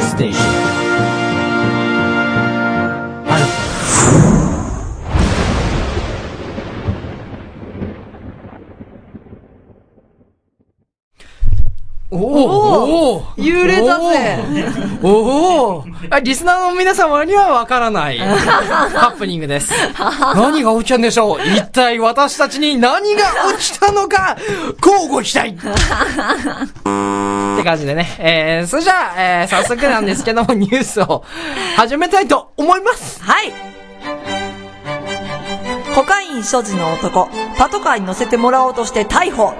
ステーションおおお揺れたぜおおおあリスナーの皆様にはわからないハプニングです。何が起きたんでしょう一体私たちに何が起きたのか交互期待って感じでね。えー、それじゃあ、えー、早速なんですけども、ニュースを始めたいと思いますはいコカイン所持の男、パトカーに乗せてもらおうとして逮捕。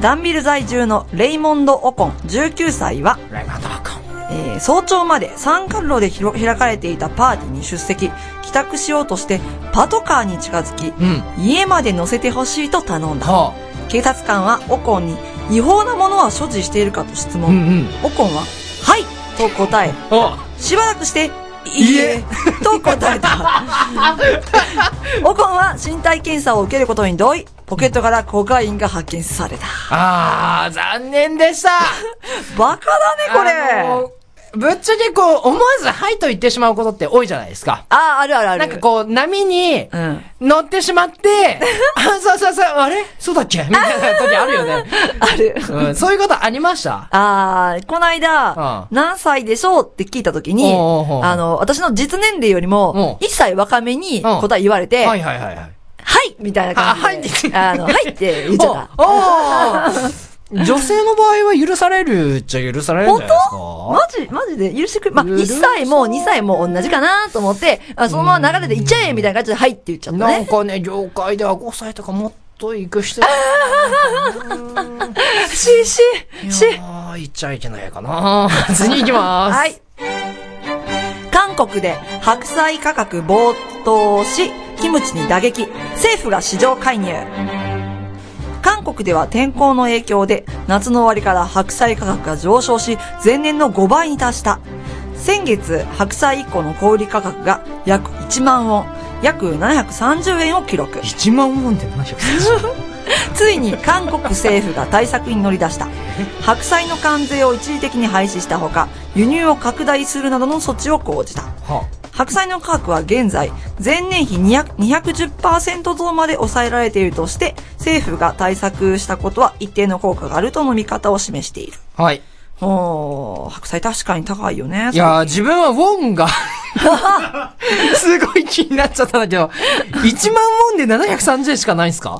ダンビル在住のレイモンド・オコン19歳は、ライブハンドコン。えー早朝までサンカルロでひろ開かれていたパーティーに出席、帰宅しようとしてパトカーに近づき、うん。家まで乗せてほしいと頼んだ。は警察官はオコンに違法なものは所持しているかと質あ、うん問。うん。オコンは、はいと答え、おしばらくして、いいいいええ、と答えた。オコンは身体検査を受けることに同意。ポケットからコカインが発見された。あー、残念でしたバカだね、あこれ。のぶっちゃけこう、思わずはいと言ってしまうことって多いじゃないですか。ああ、あるあるある。なんかこう、波にう、ん。乗ってしま って、あ、そうそうそう、あれそうだっけみたいな時あるよね。ある。うん、そういうことありましたあー、このああ間、何歳でしょうって聞いたときに、おうおうおうあの、私の実年齢よりも、うん1歳若めに答え言われて、ははいい、はいはいはい。みたいな感じで、ああはいの、はいって言っちゃった。おおー女性の場合は許されるっちゃ許されるんじゃないですかマジ、マジで許してくれ。まあ、許1そう歳も2歳も同じかなと思って、あそのまま流れでいっちゃえみたいな感じで、はいって言っちゃったなんね。かね、業界では5歳とかもっと行く人いし、し、し。やー行っちゃいけないかな 次行きます。はい。韓国で白菜価格暴騰し、キムチに打撃。政府が市場介入。韓国では天候の影響で夏の終わりから白菜価格が上昇し、前年の5倍に達した。先月、白菜1個の小売価格が約1万ウォン、約730円を記録。 1万ウォンって何百 ついに韓国政府が対策に乗り出した白菜の関税を一時的に廃止したほか輸入を拡大するなどの措置を講じたは白菜の価格は現在前年比200 210%増まで抑えられているとして政府が対策したことは一定の効果があるとの見方を示しているあはい。おー白菜確かに高いよねいやー、自分はウォンが、 すごい気になっちゃったんだけど、1万ウォンで730円しかないんす か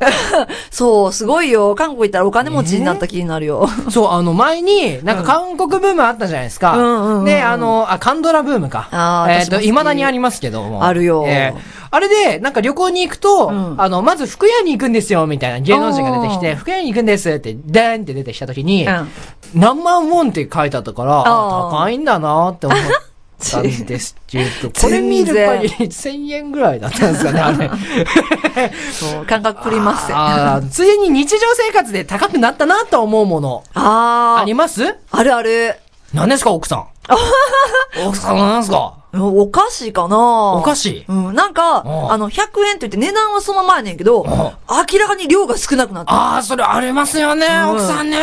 そうすごいよ韓国行ったらお金持ちになった気になるよ、そう、あの、前に、なんか韓国ブームあったじゃないですか。うんうんうんうんで、あの、あ、韓ドラブームか。あーえっ、私と、も好き未だにありますけども。あるよえーあれで、なんか旅行に行くと、うんあの、まず服屋に行くんですよ、みたいな芸能人が出てきあて、ー服屋に行くんですって、ダーンって出てきた時に、うん何万ウォンって書いてあったから、ああー高いんだなって思ったんですけど、 これ見る限り1000円ぐらいだったんですかね、あれ。そう感覚狂いますよあーついに日常生活で高くなったなと思うもの、ああーりますあるある何ですか、奥 さん。奥さん何ですかお菓子かなお菓子うん、なんか、うんあの、100円と言って値段はそのままやねんけど、ん明らかに量が少なくなった。ああ、それありますよね、ん奥さんね。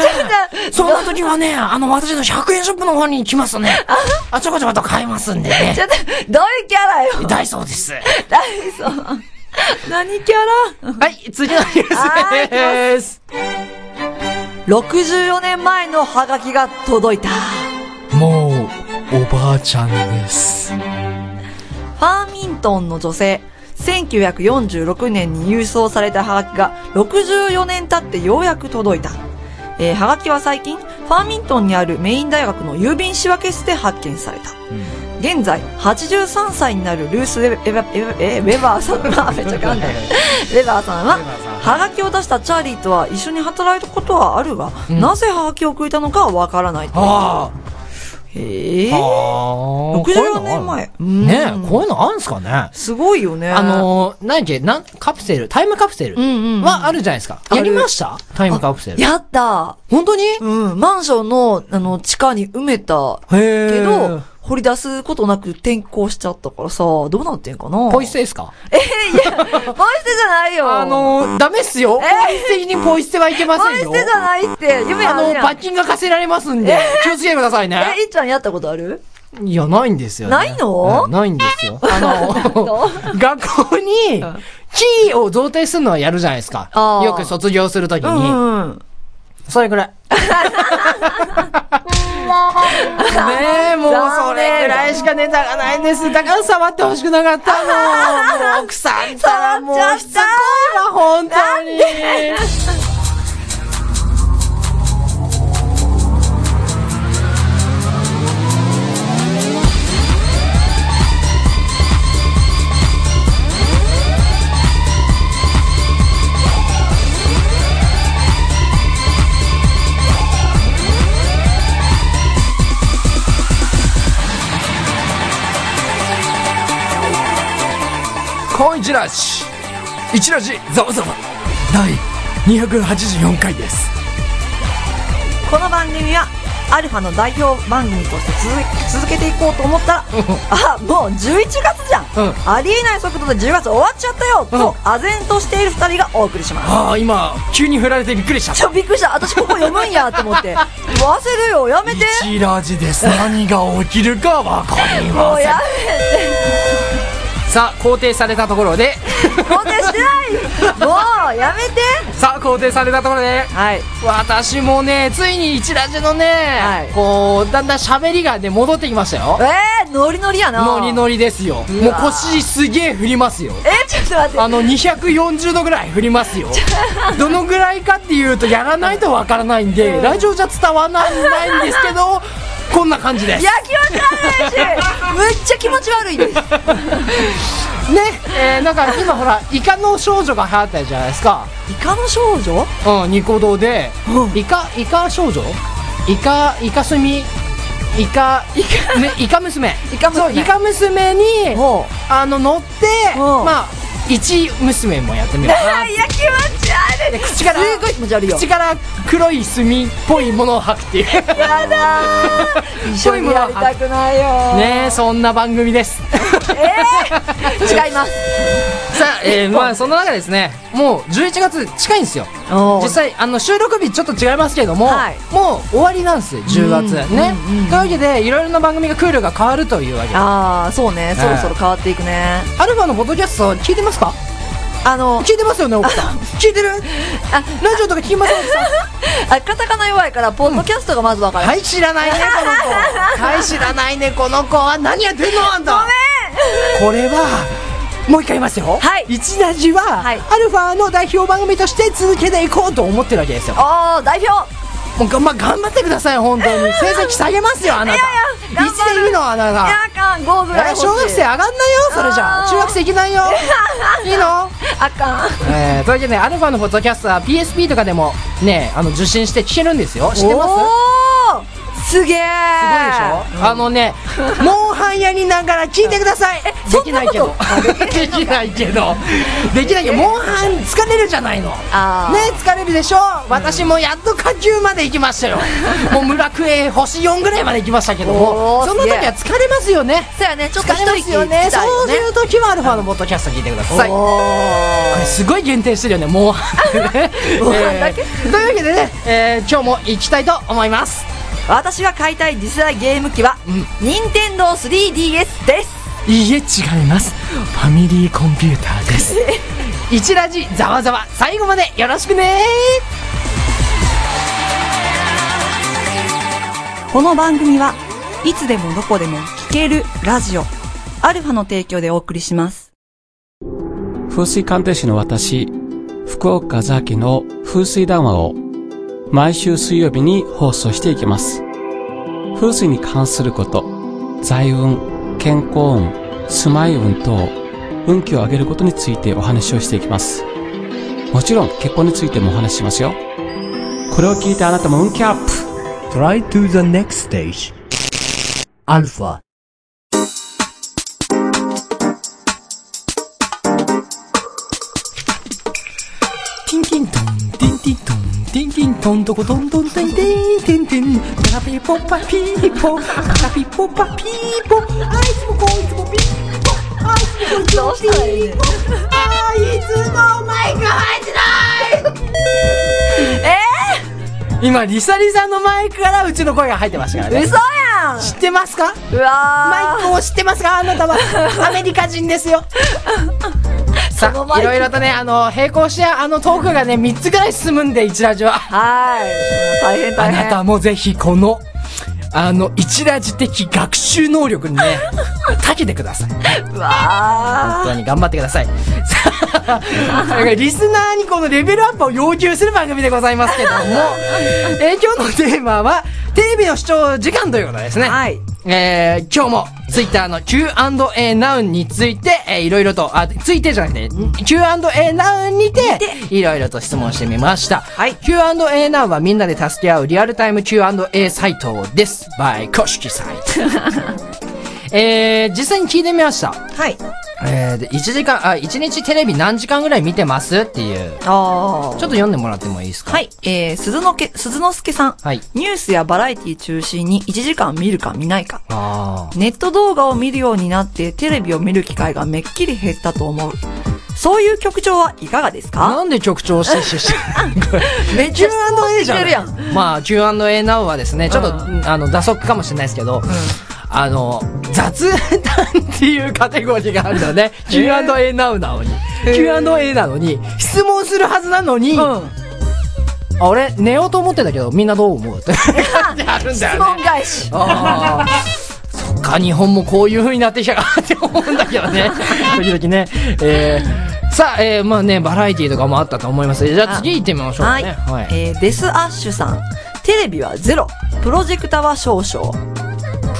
そんな時はね、あの、私の100円ショップの方に行きますね。あ、ちょこちょこと買いますんでね ち。ょっと、どういうキャラよダイソーです。大丈 夫。何キャ ラはい、次のニュースです。 ?64 年前のハガキが届いた。もう、おばあちゃんです。ファーミントンの女性。1946年に郵送されたハガキが64年経ってようやく届いた。えー、ハガキは最近、ファーミントンにあるメイン大学の郵便仕分け室で発見された。現在、83歳になるルース・ウェウェバウェウェウェバーさん が、めっちゃ噛んだよウェバーさんはウェバーさん、ハガキを出したチャーリーとは一緒に働いたことはあるが、うんなぜハガキをくれたのかはわからない。あへえあ、。ああ。 64年前。うんねえ、こういうのあるんすかねすごいよね。あのー、何やっけ、なん、カプセル、タイムカプセルうんうんうんはあるじゃないですか。あるやりましたタイムカプセル。やった本当にへうん、マンションの、あの、地下に埋めたえ。けど、掘り出すことなく転校しちゃったからさ、どうなってんかなポイ捨てですかえいや、ポイ捨てじゃないよ。あのー、ダメっすよ。ポイ捨てにポイ捨てはいけまポせイん捨よ。てじゃないって。夢ああるの、やん罰金が課せられますんで、気をつけてくださいね。え、いっちゃんやったことあるいや、ないんですよ、ね。ないのうんないんですよ。あの、学校にん、地位を贈呈するのはやるじゃないですかあ。ーよく卒業するとき うに。んうん。それくらい。ねえ、もうそれぐらいしかネタがないんです。だから触ってほしくなかったの。もう腐ったらもう触っちゃったしつこいわ、本当に。恋じらし一ラジざわざわ第284回ですこの番組は、アルファの代表番組として続け続けていこうと思ったら、あ、もう11月じゃん、うんありえない速度で10月終わっちゃったよ、と、唖然としている二人がお送りします。ああ今急に振られてびっくりしちゃっちたょ、びっくりした。私ここ読むんや、と思って。忘れるよ、やめて。一ラジです何が起きるかわかりもまうせんやめて。さあ肯定されたところで肯定してないもう、やめて。さあ肯定されたところではい。私もねついに一ラジのね、はいこうだんだん喋りがね戻ってきましたよえー、ノリノリやな。ノリノリですようもうわ腰すげえ振りますよえー、ちょっと待って。あの240度ぐらい振ります よどのぐらいかっていうとやらないとわからないんで、ラジオじゃ伝わらないんですけどこんな感じでいすねや、気持ち悪いし、むっちゃ気持ち悪いです。えーなんか今ほらイカの少女が流行ったじゃないですかイカの少女うんニコ動でうイカイカ少女イカイカスミイカイカ,、ね、イカ娘イカ娘そうイカ娘にほあの乗ってほうまあ一娘もやって みようかなあいや、気持ち悪い。口からすごい気持ち悪いよ。口から黒い墨っぽいものを吐く っていうやだー。一緒にやりたくないよー。ねえそんな番組です えー、違います。さあ、えーまあその中ですねもう11月近いんですよおー実際あの収録日ちょっと違いますけども、はいもう終わりなんですよ10月うんね、うんうんというわけでいろいろな番組がクールが変わるというわけであー、そうね。そろそろ変わっていくね。アルファのポッドキャスト聞いてますかあの、聞いてますよね奥 さん聞いてるあ、ラジオとか聞きません奥さんあカタカナ弱いから、ポッドキャストがまずわかる。はい知らないねこの子はい知らないねこの子は何やってんのあんたこれはもう一回言いますよはい一ラジは、はいアルファの代表番組として続けていこうと思ってるわけですよおー、代表。もうがん、ま、頑張ってください本当 に成績下げますよあなたいやいや頑張る一でいいのあなたいやあかん、5ぐらいえ欲しい。小学生上がんないよそれじゃあー中学生いけ ないよいいのあかん。えー、というわけで、アルファのポッドキャストは PSP とかでもね、あの、受信して聞けるんですよ。知ってますすごいおーすげえでしょ、あのね、モンハンやりながら聞いてくださいえできないけどそんなこ。できないけど。できないけど、モンハン疲れるじゃないの。ね、あー疲れるでしょ私もやっと下級まで行きました よ。もう村クエ星4ぐらいまで行きましたけどおも、ーその時は疲れますよね。そうやねちょっと疲一れます人よよねね。そういう時はアルファのポッドキャスト聞いてください。これすごい限定してるよね もうもうだけえーというわけでね、えー今日も行きたいと思います私が買いたい次世代ゲーム機は、任天堂 3DS ですいいえ違いますファミリーコンピューターです一ラジざわざわ最後までよろしくねこの番組はいつでもどこでも聴けるラジオアルファの提供でお送りし ます風水鑑定士の私、福岡ザキの風水談話を毎週水曜日に放送していきます。風水に関すること、財運、健康運、住まい運等、運気を上げることについてお話をしていきます。もちろん結婚についてもお話ししますよ。これを聞いてあなたも運気アップ Try to the next stage. Alpha. ティンティントンティンティントンティンティンントンとこどんどんてんてんてんてんガラピーポッパピーポガラピーポッパピーポあいつもこいつもピーポあいつもこいつどもうピしたらいいーポあいつもマイク入ってないえー、今リサリさんのマイクからうちの声が入ってましたからね嘘やん知ってますかうわマイクを知ってますかあな たはアメリカ人ですよさそのマあイいクろいろとねあの並行してあのトークがね3つぐらい進むんで1ラジはーはい大変あ大な変たもぜひこのあの一ラジ的学習能力に ね長けてください本うわ当に頑張ってくださいさあリスナーにこのレベルアップを要求する番組でございますけども、えー今日のテーマはテレビの視聴時間ということですねーはいえー今日もツイッターの Q&A ナウンについて、えーいろいろと、あ、ついてじゃなくて、Q&A ナウンにて、いろいろと質問してみました。はい Q&A ナウンはみんなで助け合うリアルタイム Q&A サイトです。by 公式 サイト。えー、実際に聞いてみました。はいえー、で1時間、あ、1日テレビ何時間ぐらい見てますっていう。ちょああっと読んでもらってもいいですかはい、えー、鈴のけ、鈴之助さん。はいニュースやバラエティ中心に1時間見るか見ないか。あネット動画を見るようになってテレビを見る機会がめっきり減ったと思う。そういう局長はいかがですあ。かなんで局長してしてして。めっちゃ質問してくれるやん。まあ Q&A なおはですねちょっと、うあの打足かもしれないですけど、あの雑談っていうカテゴリーがあるのね Q&A なおなのに、Q&A なのに質問するはずなのに、うん。あ俺寝ようと思ってたけどみんなどう思うって感じあるんだ質よ問ね返し。あーそっか日本もこういう風になってきたかって思うんだけどね時々ね、えーさあ、えーまあねバラエティーとかもあったと思いますじゃあ次行ってみましょうかはい、ねはい、えー、デスアッシュさん。テレビはゼロ。プロジェクタは少々。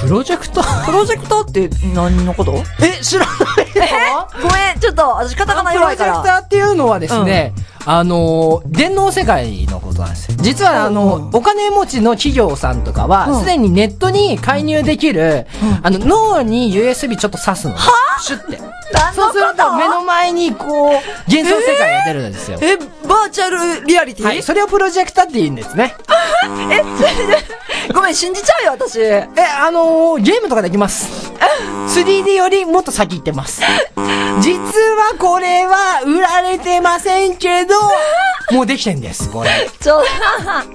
プロジェクトプロジェクタって何のことえ、知らないのごめん、ちょっと、私カタカナプ弱ロいジかェクタら。ーっていうのはですね、あのー、電脳世界のことなんですよ。実は、あうんの、お金持ちの企業さんとかうんは、すでにネットに介入できる、あの、脳に USB ちょっと挿すのね。シュッて。何のそうすると、目の前にこう、幻想世界が出るんですよ。え、バーチャルリアリティ、はい、それをプロジェクターって言うんですね。ごめん、信じちゃうよ、私。え、え、あのー、ゲームとかできます。3D よりもっと先行ってます。実はこれは売られてませんけ ど、もうできてんです、これ。ちょ、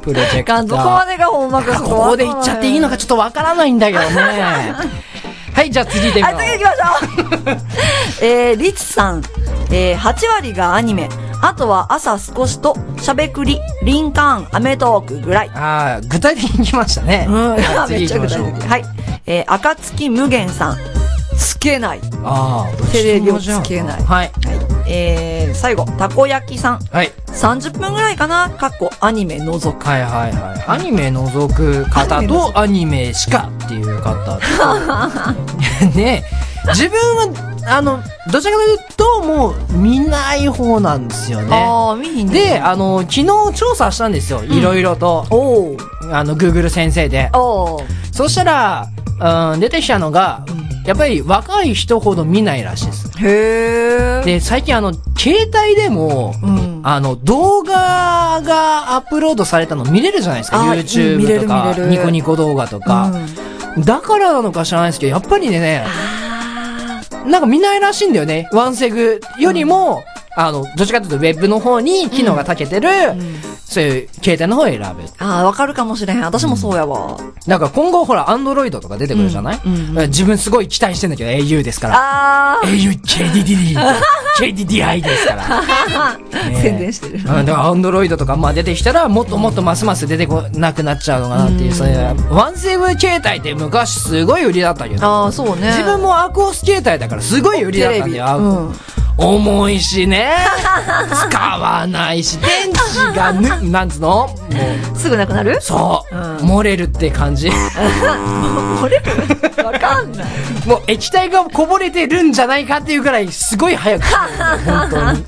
プロジェクタどこまー。でが本幕ここで行っちゃっていいのかちょっとわからないんだけ どね。はい、じゃあ次行ってみはい、よ次行き ましょう。えー、リチさん。えー、8割がアニメ。あとは朝少しと、しゃべくり、リンカーン、アメトークぐらい。う。ああ、具体的に来ましたね。あはいめ次っちゃ行き具まし体ょう的。。はい。えー、暁無限さん。つけない。ああ、テレビをつけなはいい。はい。えー、最後、たこ焼きさん。はい。 30分ぐらいかなかっこアニメ除く。はいはいはい。アニメ除くア方ニメ除とアニメしかっていう方 とね、自分は、あの、どちらかというと、もう見ない方なんですよね。あー、見ひんねで、あの、昨日調査したんですよ。いろいろと、おー。あの、Google 先生で。おー。そしたら、うん、出てきたのが、やっぱり若い人ほど見ないらしいです。へー。で、最近あの、携帯でも、うん。あの、動画がアップロードされたの見れるじゃないですか。あうん見れ YouTube るとか見、れるニコニコ動画とか。だからなのか知らないですけど、やっぱりね、なんか見ないらしいんだよね。ワンセグよりも、あの、どっちかというとウェブの方に機能が長けてる、そういう携帯の方を選ぶ。あー、わかるかもしれへん。私もそうやわ。なんか今後ほら、アンドロイドとか出てくるじゃない、うんうん自分すごい期待してんだけど、au ですから。あ auKDDD、KDDI ですから。ー、宣伝してる。うん、だからアンドロイドとか、まあ、出てきたら、もっともっとますます出てこなくなっちゃうのかなっていう、そういう、ワンセーブ携帯って昔すごい売りだったけど、あー、そうね。自分もアクオス携帯だからすごい売りだったんだよ。アうクん。重いし ね、使わないし、電池が ぬ、なんつうのもう、すぐなくなるそう、うん漏れるって感 じ。これわかんない。もう液体がこぼれてるんじゃないかっていうぐらい、すごい 早く。本当に。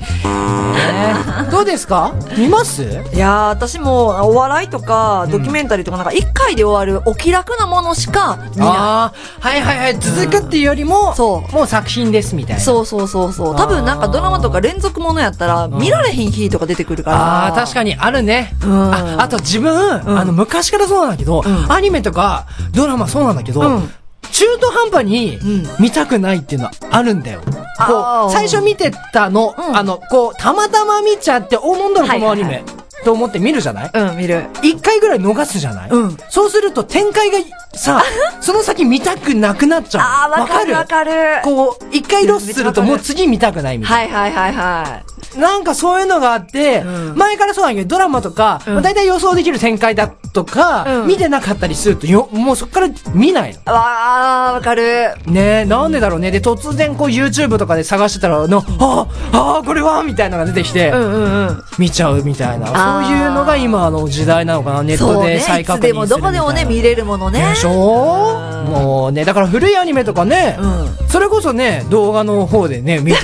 ねえどうですか見ますいやー、私もお笑いとか、ドキュメンタリーとかなんか一回で終わるお気楽なものしか見ない。ああ、はいはいはい、続くっていうよりも、そうもう作品ですみたいな。そうそうそうそう。多あいうなんかドラマとか連続ものやったら、見られへん日とか出てくるから。あー、確かにあるね。んあ、あと自分、あの、昔からそうなんだけど、んアニメとか、ドラマそうなんだけど、うん中途半端にん見たくないっていうのはあるんだよ。あこーう、最初見てたの、うんあの、こう、たまたま見ちゃって、お、なんだろ、このアニメ、はいはいと思って見るじゃないうん、見る。一回ぐらい逃すじゃない、うんそうすると展開がさ、その先見たくなくなっちゃあう。ー、わかるわかる。こう、一回ロスするともう次見たくないみたいな。はいはいはいはい。なんかそういうのがあって、うん前からそうなんだけど、ドラマとか、うんまあ大体予想できる展開だとか、うん見てなかったりするとよ、もうそっから見ないの。わー、わかる。ねえ、なんでだろうね。で、突然こう YouTube とかで探してたら、の、ああ、ああ、これはみたいなのが出てきて、うんうんうん。見ちゃうみたいな。あーそういうのが今の時代なのかな。ネッそトうね。でい再つ確認すでるみたいな。もどこでもね、見れるものね。でしょもうね、だから古いアニメとかね、うそれこそね、動画の方で ね、見て、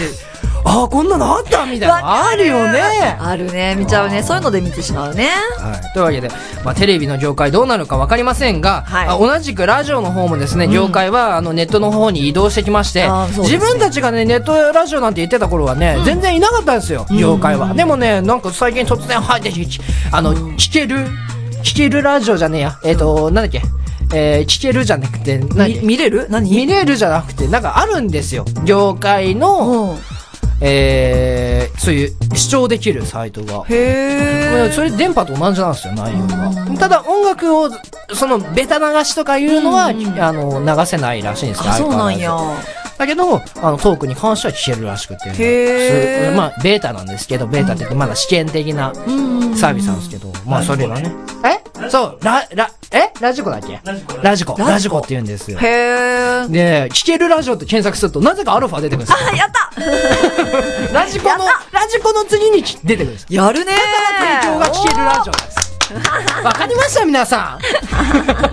ああ、こんなのあったみたいなのあるよね。あるね、見ちゃうね。そういうので見てしまうね。はい、というわけで、まあ、テレビの業界どうなるか分かりませんが、はいあ同じくラジオの方もですね、業界はあのネットの方に移動してきまして、あーそうですね自分たちがね、ネットラジオなんて言ってた頃はね、全然いなかったんですよ、業界は。でもね、なんか最近突然入ってき、あの、聞ける、聞けるラジオじゃねえや、えっ、と、なんだっけ、えー聞けるじゃなくて、なんだっけみ見れる何見れるじゃなくて、なんかあるんですよ。業界の、うん。えー、そういう視聴できるサイトが。へー。それ電波と同じなんですよ、内容が。ただ音楽を、その、ベタ流しとかいうのは、あの、流せないらしいんですよあ、そうなんや。。相変わらずだけど、あの、トークに関しては聞けるらしくて。へーすまあ、ベータなんですけど、ベータって言ってまだ試験的なサービスなんですけど、まあ、それがね。えそう、ラ、ラ、えラジコだっけラジコ。ラジコって言うんですよ。へー。で、聞けるラジオって検索すると、なぜかアルファ出てくるんですあ、やったよ。ラジコの、ラジコの次にき出てくるんです。やるねー。提供が聞けるラジオです。わかりました、皆さん。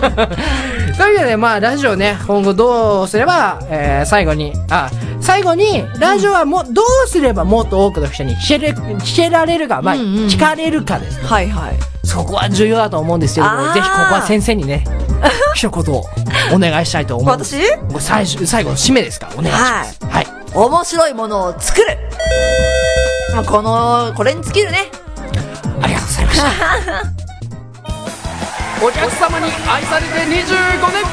というわけで、まあ、ラジオね、今後どうすれば、えー最後に、あ、最後に、ラジオはもう、どうすればもっと多くの人に聞ける、聞けられるか、まあ、うんうん聞かれるかです。おはいはい。そこは重要だと思うんですけれどあも、ーぜひここは先生に ね、一言をお願いしたいと思うんです。私もう最終、最後の締めですから、お願いします。はい。面白いものを作るまあこの、これに尽きるね。ありがとうございました。 お客様に愛されて25年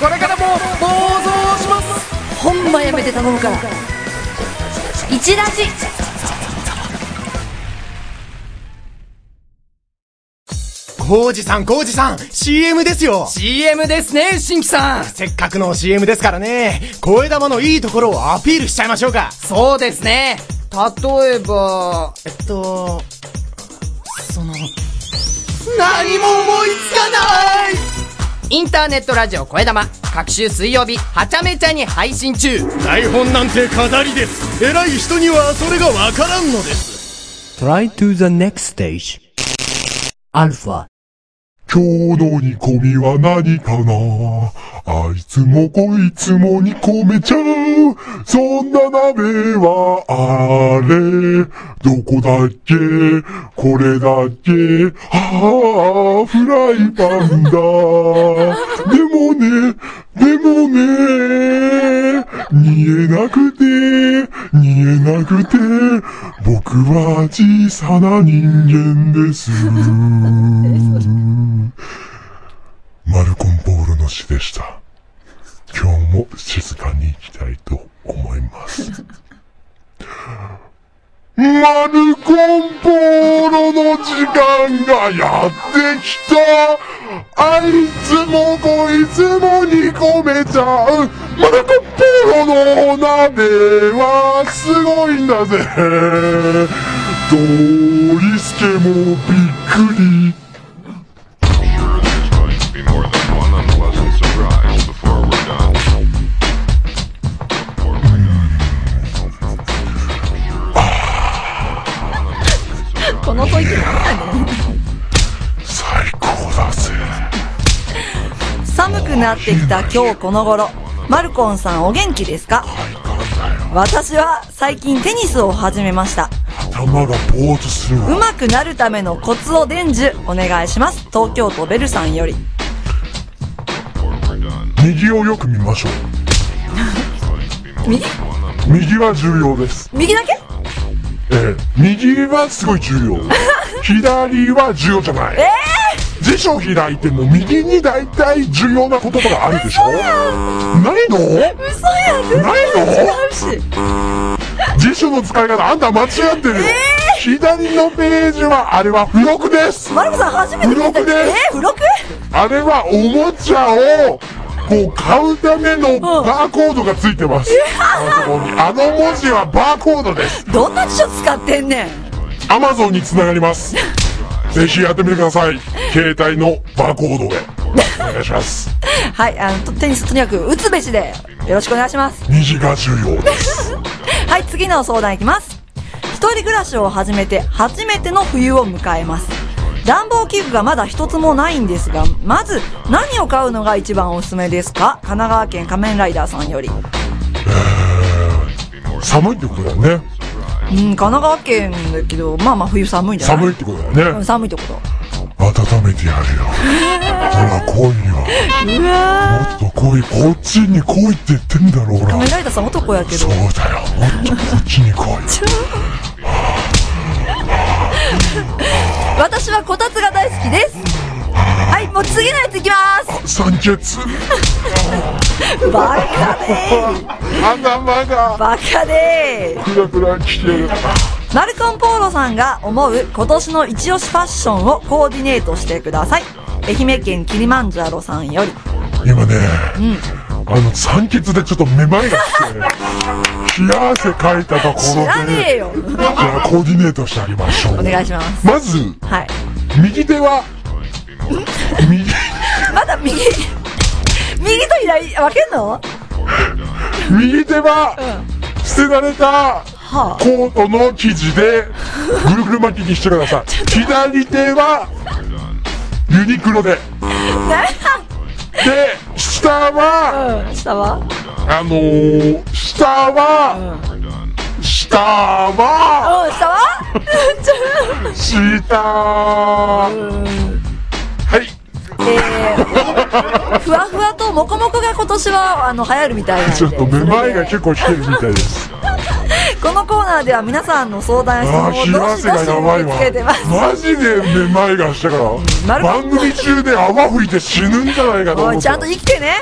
これからも暴走しますほんまやめて頼むから。一ラジ。コウジさん、コウジさん、CM ですよ !CM ですね、新規さんせっかくの CM ですからね、声玉のいいところをアピールしちゃいましょうか。そうですね例えば、えっと、その、何も思いつかないインターネットラジオ声玉、各週水曜日、はちゃめちゃに配信中台本なんて飾りです。偉い人にはそれがわからんのです。 Try to the next stage. Alpha. 今日の煮込みは何かなあいつもこいつも煮込めちゃう。そんな鍋はあれ。どこだっけこれだっけああ、フライパンだ。でもね、でもね、煮えなくて、煮えなくて、僕は小さな人間です。マルコンポーロの詩でした。今日も静かに行きたいと思います。マルコンポーロの時間がやってきたあいつもこいつも煮込めちゃうマルコンポーロのお鍋はすごいんだぜドリスケもびっくり sure there's going to be more than one unpleasant surprise before we're done. Before we're done. この問いって最高だぜ寒くなってきた今日この頃。マルコンさんお元気ですか私は最近テニスを始めました。頭がぼーっとするわ上手くなるためのコツを伝授お願いします。東京都ベルさんより。 Before we're done. 右をよく見ましょう There's going to be more than one unpleasant 右は重要です。右だけええ、右はすごい重 要。左は重要じゃない。え辞書開いても右に大体重要な言葉があるでしょないの嘘やん全ないの然違うし辞書の使い方あんた間違ってるよ、左のページはあれは付録ですマルコさん初めて見た付録ですえー、付録あれはおもちゃをこう買うためのバーコードがついてます、あそこにあの文字はバーコードですどんな辞書使ってんねんアマゾンにつながり ますぜひやってみてください携帯のバーコードでお願いしますはいあのとテニスとにかく打つべしでよろしくお願いします虹が重要ですはい、次の相談いきます。一人暮らしを始めて初めての冬を迎えます。暖房器具がまだ一つもないんですが、まず何を買うのが一番おすすめですか神奈川県仮面ライダーさんより。うん、寒いってことだよね神奈川県だけど、まあまあ冬寒いんじゃない寒いってことだようんね寒いってこと。温めてやるよほら来いようわもっと来いこっちに来いって言ってんだろほら仮面ライダーさん男やけそどう。だよもっとこっちに来い私はこたつが大好きです。はい、もう次のやついきます。酸欠バカでー。頭がバカでー。くらくら来てるマルコンポーロさんが思う今年の一押しファッションをコーディネートしてください。愛媛県キリマンジャロさんより。今ね、あの酸欠でちょっとめまいが来て冷や汗かいたとこ知らろねでえよ。じゃあコーディネートしてあげましょうお願いします。まずはい。右手は右まだ右、 右と左分けんのは右手は、捨てられたあ。コートの生地でぐるぐる巻きにしてください左手はユニクロでで下は、うん。下はあのー、下は、下はうん、下は 下はいえー、ふわふわとモコモコが今年はあの流行るみたいなんで。ちょっとめまいがそれ結構来てるみたいですでこのコーナーでは皆さんの相談やああ質冷問をやどし汗どがしやばい受わけ付けてます。マジでめまいがしたから丸番組中で泡吹いて死ぬんじゃないかとお思いっちゃたんと生きてね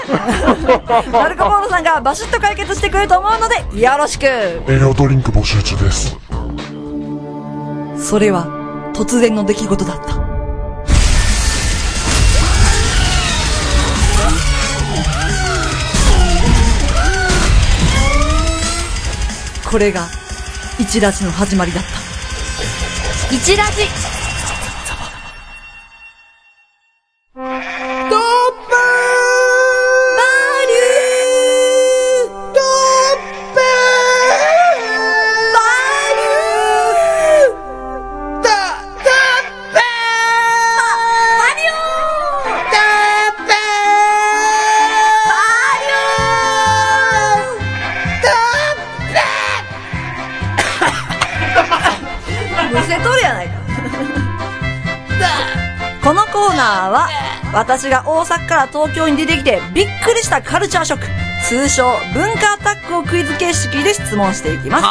マルコ・ポーロさんがバシッと解決してくれると思うのでよろしく栄養ドリンク募集中ですそれは突然の出来事だったこれが一ラジの始まりだった一ラジむせとるやないかこのコーナーは私が大阪から東京に出てきてびっくりしたカルチャーショック通称文化アタックをクイズ形式で質問していきます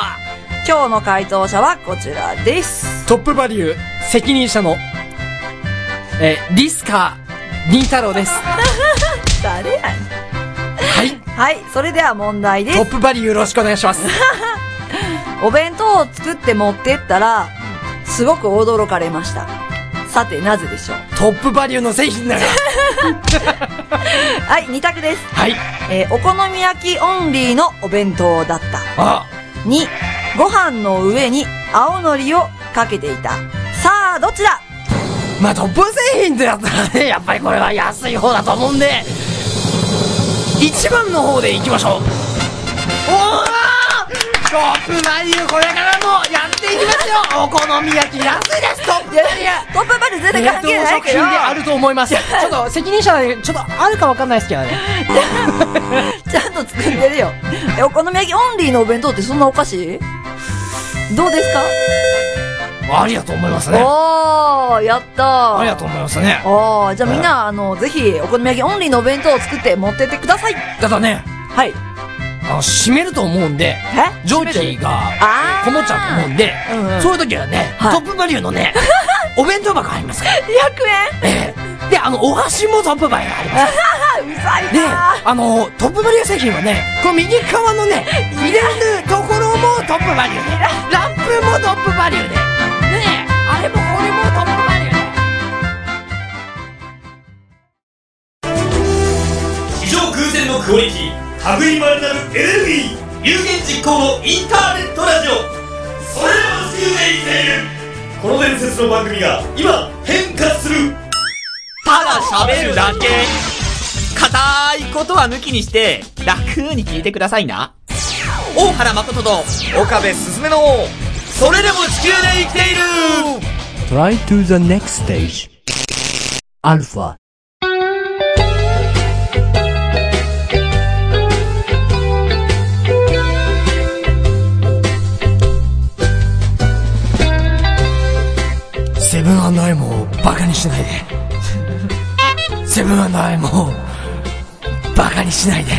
今日の回答者はこちらですトップバリュー、責任者の、えー、ディスカー、ニータロウです。誰やねはい。はいそれでは問題でトすップバリューよろしくお願いし ます。お弁当を作って持ってったらすごく驚かれましたさてなぜでしょうトップバリューの製品なら。はい2択です、はい。えーお好み焼きオンリーのお弁当だったあ2ご飯の上に青のりをかけていたさあどっちだまあ、トップ製品ってやったらね、やっぱりこれは安い方だと思うんで、一番の方でいきましょう。おートップバリューこれからもやっていきますよお好み焼き安いですトップいやいやトップバリュー全然関係ないけどあると思います。ちょっと責任者なんでちょっとあるかわかんないですけどね。ちゃんと作ってるよえお好み焼きオンリーのお弁当ってそんなお菓子どうですか、ありだと思いますね。おーやったーありだと思いますね。おーじゃあみんな、あの、ぜひ、お好み焼きオンリーのお弁当を作って持ってってくださいただね、はい。あの湿めると思うんで、え蒸気があーこもっちゃうと思うんで、うんうんそういう時はね、はいトップバリューの ね、お弁当箱ありますから。円ええで、あの、お箸もトップバリューあります。 あ、うざいで、なあの、トップバリュー製品はね、この右側のね、入れるところもトップバリューで、ラップもトップバリューで、ねえあれもこれもトップバリューで。以上空前のクオリティ類いまれなるエネルギー有言実行のインターネットラジオそれらの地球で生きているこの伝説の番組が今変化するただ喋るだけ硬いことは抜きにして楽に聞いてくださいな大原誠と岡部すすめのそれでも地球で生きている Try to the next stage. Alpha. セブンアイもバカにしないで。セブンアイもバカにしないで。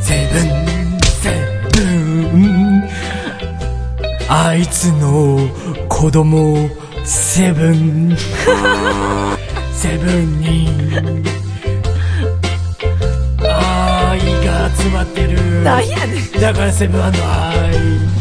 セブン、セブン。あいつの子供、セブン。セブンに愛が集まってる。何やねだからセブンアイ。ん。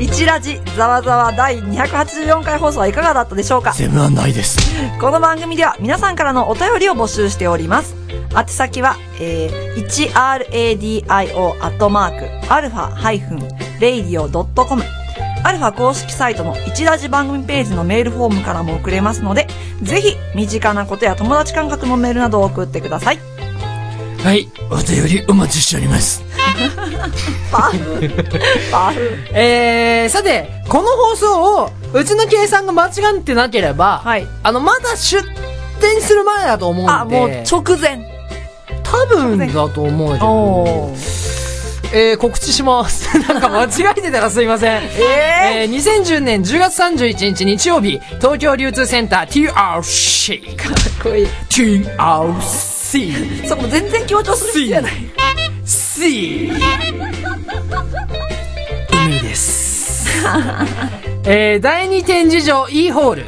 一ラジ、ざわざわ第284回放送はいかがだったでしょうかセブンアイです。この番組では皆さんからのお便りを募集しております。宛先は、えー、1radio.α-radio.com アルファ公式サイトの一ラジ番組ページのメールフォームからも送れますので、ぜひ身近なことや友達感覚のメールなどを送ってください。はい、お便りお待ちしております。バフ。えー、さて、この放送を、うちの計算が間違ってなければ、はいあの、まだ出店する前だと思うんで、あ、もう直前。多分だと思うけど、おえー、告知します。 なんか間違えてたらすいません。ええー、2010年10月31日日曜日、東京流通センター TRC。かっこいい。TRC。ー、そこ全然強調する必要やない。 C 海ですえー、第2展示場 E ホール、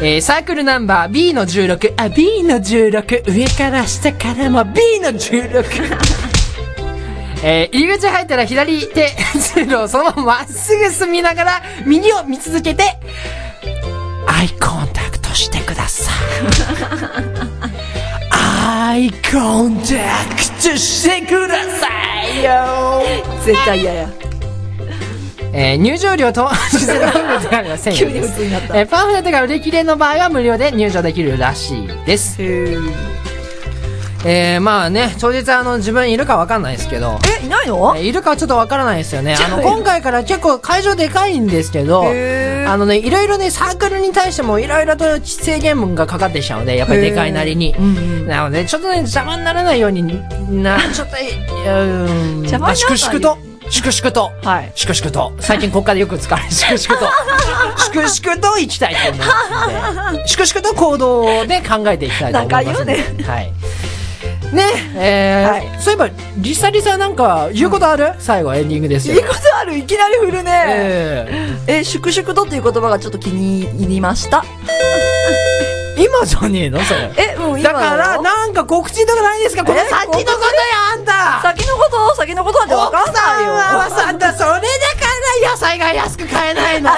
えー、サークルナンバー B の16あ B の16上から下からも B の16えー、入り口入ったら左手 通路をそのまままっすぐ進みながら右を見続けてアイコンタクトしてくだ さいアイコンタクトしてくださいよ、絶対嫌や。えー、入場料 と1000円でありません急に普通になった。えーパンフレットが売り切れの場合は無料で入場できるらしいです。えー、まあね、当日あの自分いるかわかんないですけど、え、いないのえーいるかちょっとわからないですよね。あの、じゃあ今回から結構会場でかいんですけど、へーあのね、いろいろね、サークルに対してもいろいろと制限文がかかってきたので、やっぱりでかいなりに。なので、ちょっとね、邪魔にならないように、な、ちょっと、うん。邪魔にならない粛々と、粛々と、はい粛々と、最近国家でよく使われる粛々と、粛々と行きたいと思いますので、粛々と行動で考えていきたいと思いますので。なんか言うはい。ね、えーはいそういえば、リサリサなんか言うことある、最後エンディングですいよい。ことあるいきなり振るね。ええ、粛々とっていう言葉がちょっと気に入りました。ー、今じゃねえのそれ。え、もう今だから、よなんか告知とかないですかこの先えのことよ、あんた先のこと、先のことなんてわかんないよ。奥さんはさんだそれだから野菜が安く買えないのも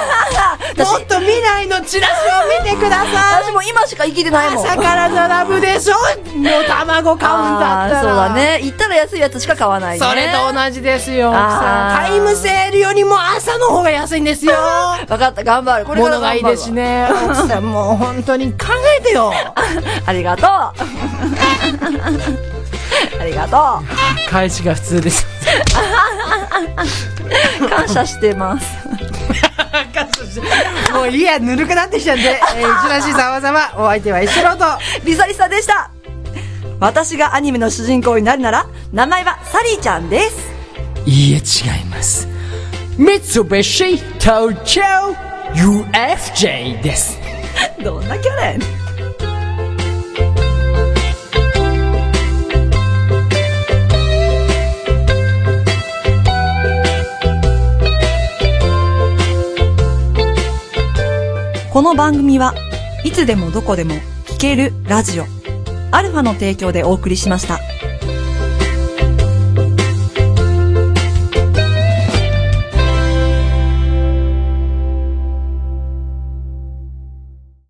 私っと未来のチラシを見てください私も今しか生きてないもん。朝から並ぶでしょもう卵買うんだったらあーそうだね。行ったら安いやつしか買わないね。それと同じですよ奥さあんータイムセールよりも朝の方が安いんですよ分かった、頑張る。これか物らがい頑いで張るわす。ね奥さんもう本当に考えてよありがとう。ありがと返しが普通ですう。感謝してます。もういいやぬるくなってきたんで、 えー、一らしいざわざわお相手は一郎とリサリサでした。私がアニメの主人公になるなら、名前はサリーちゃんです。いいえ違います三菱東京 UFJ ですどんなキャラやねんこの番組はいつでもどこでも聞けるラジオアルファの提供でお送りしました。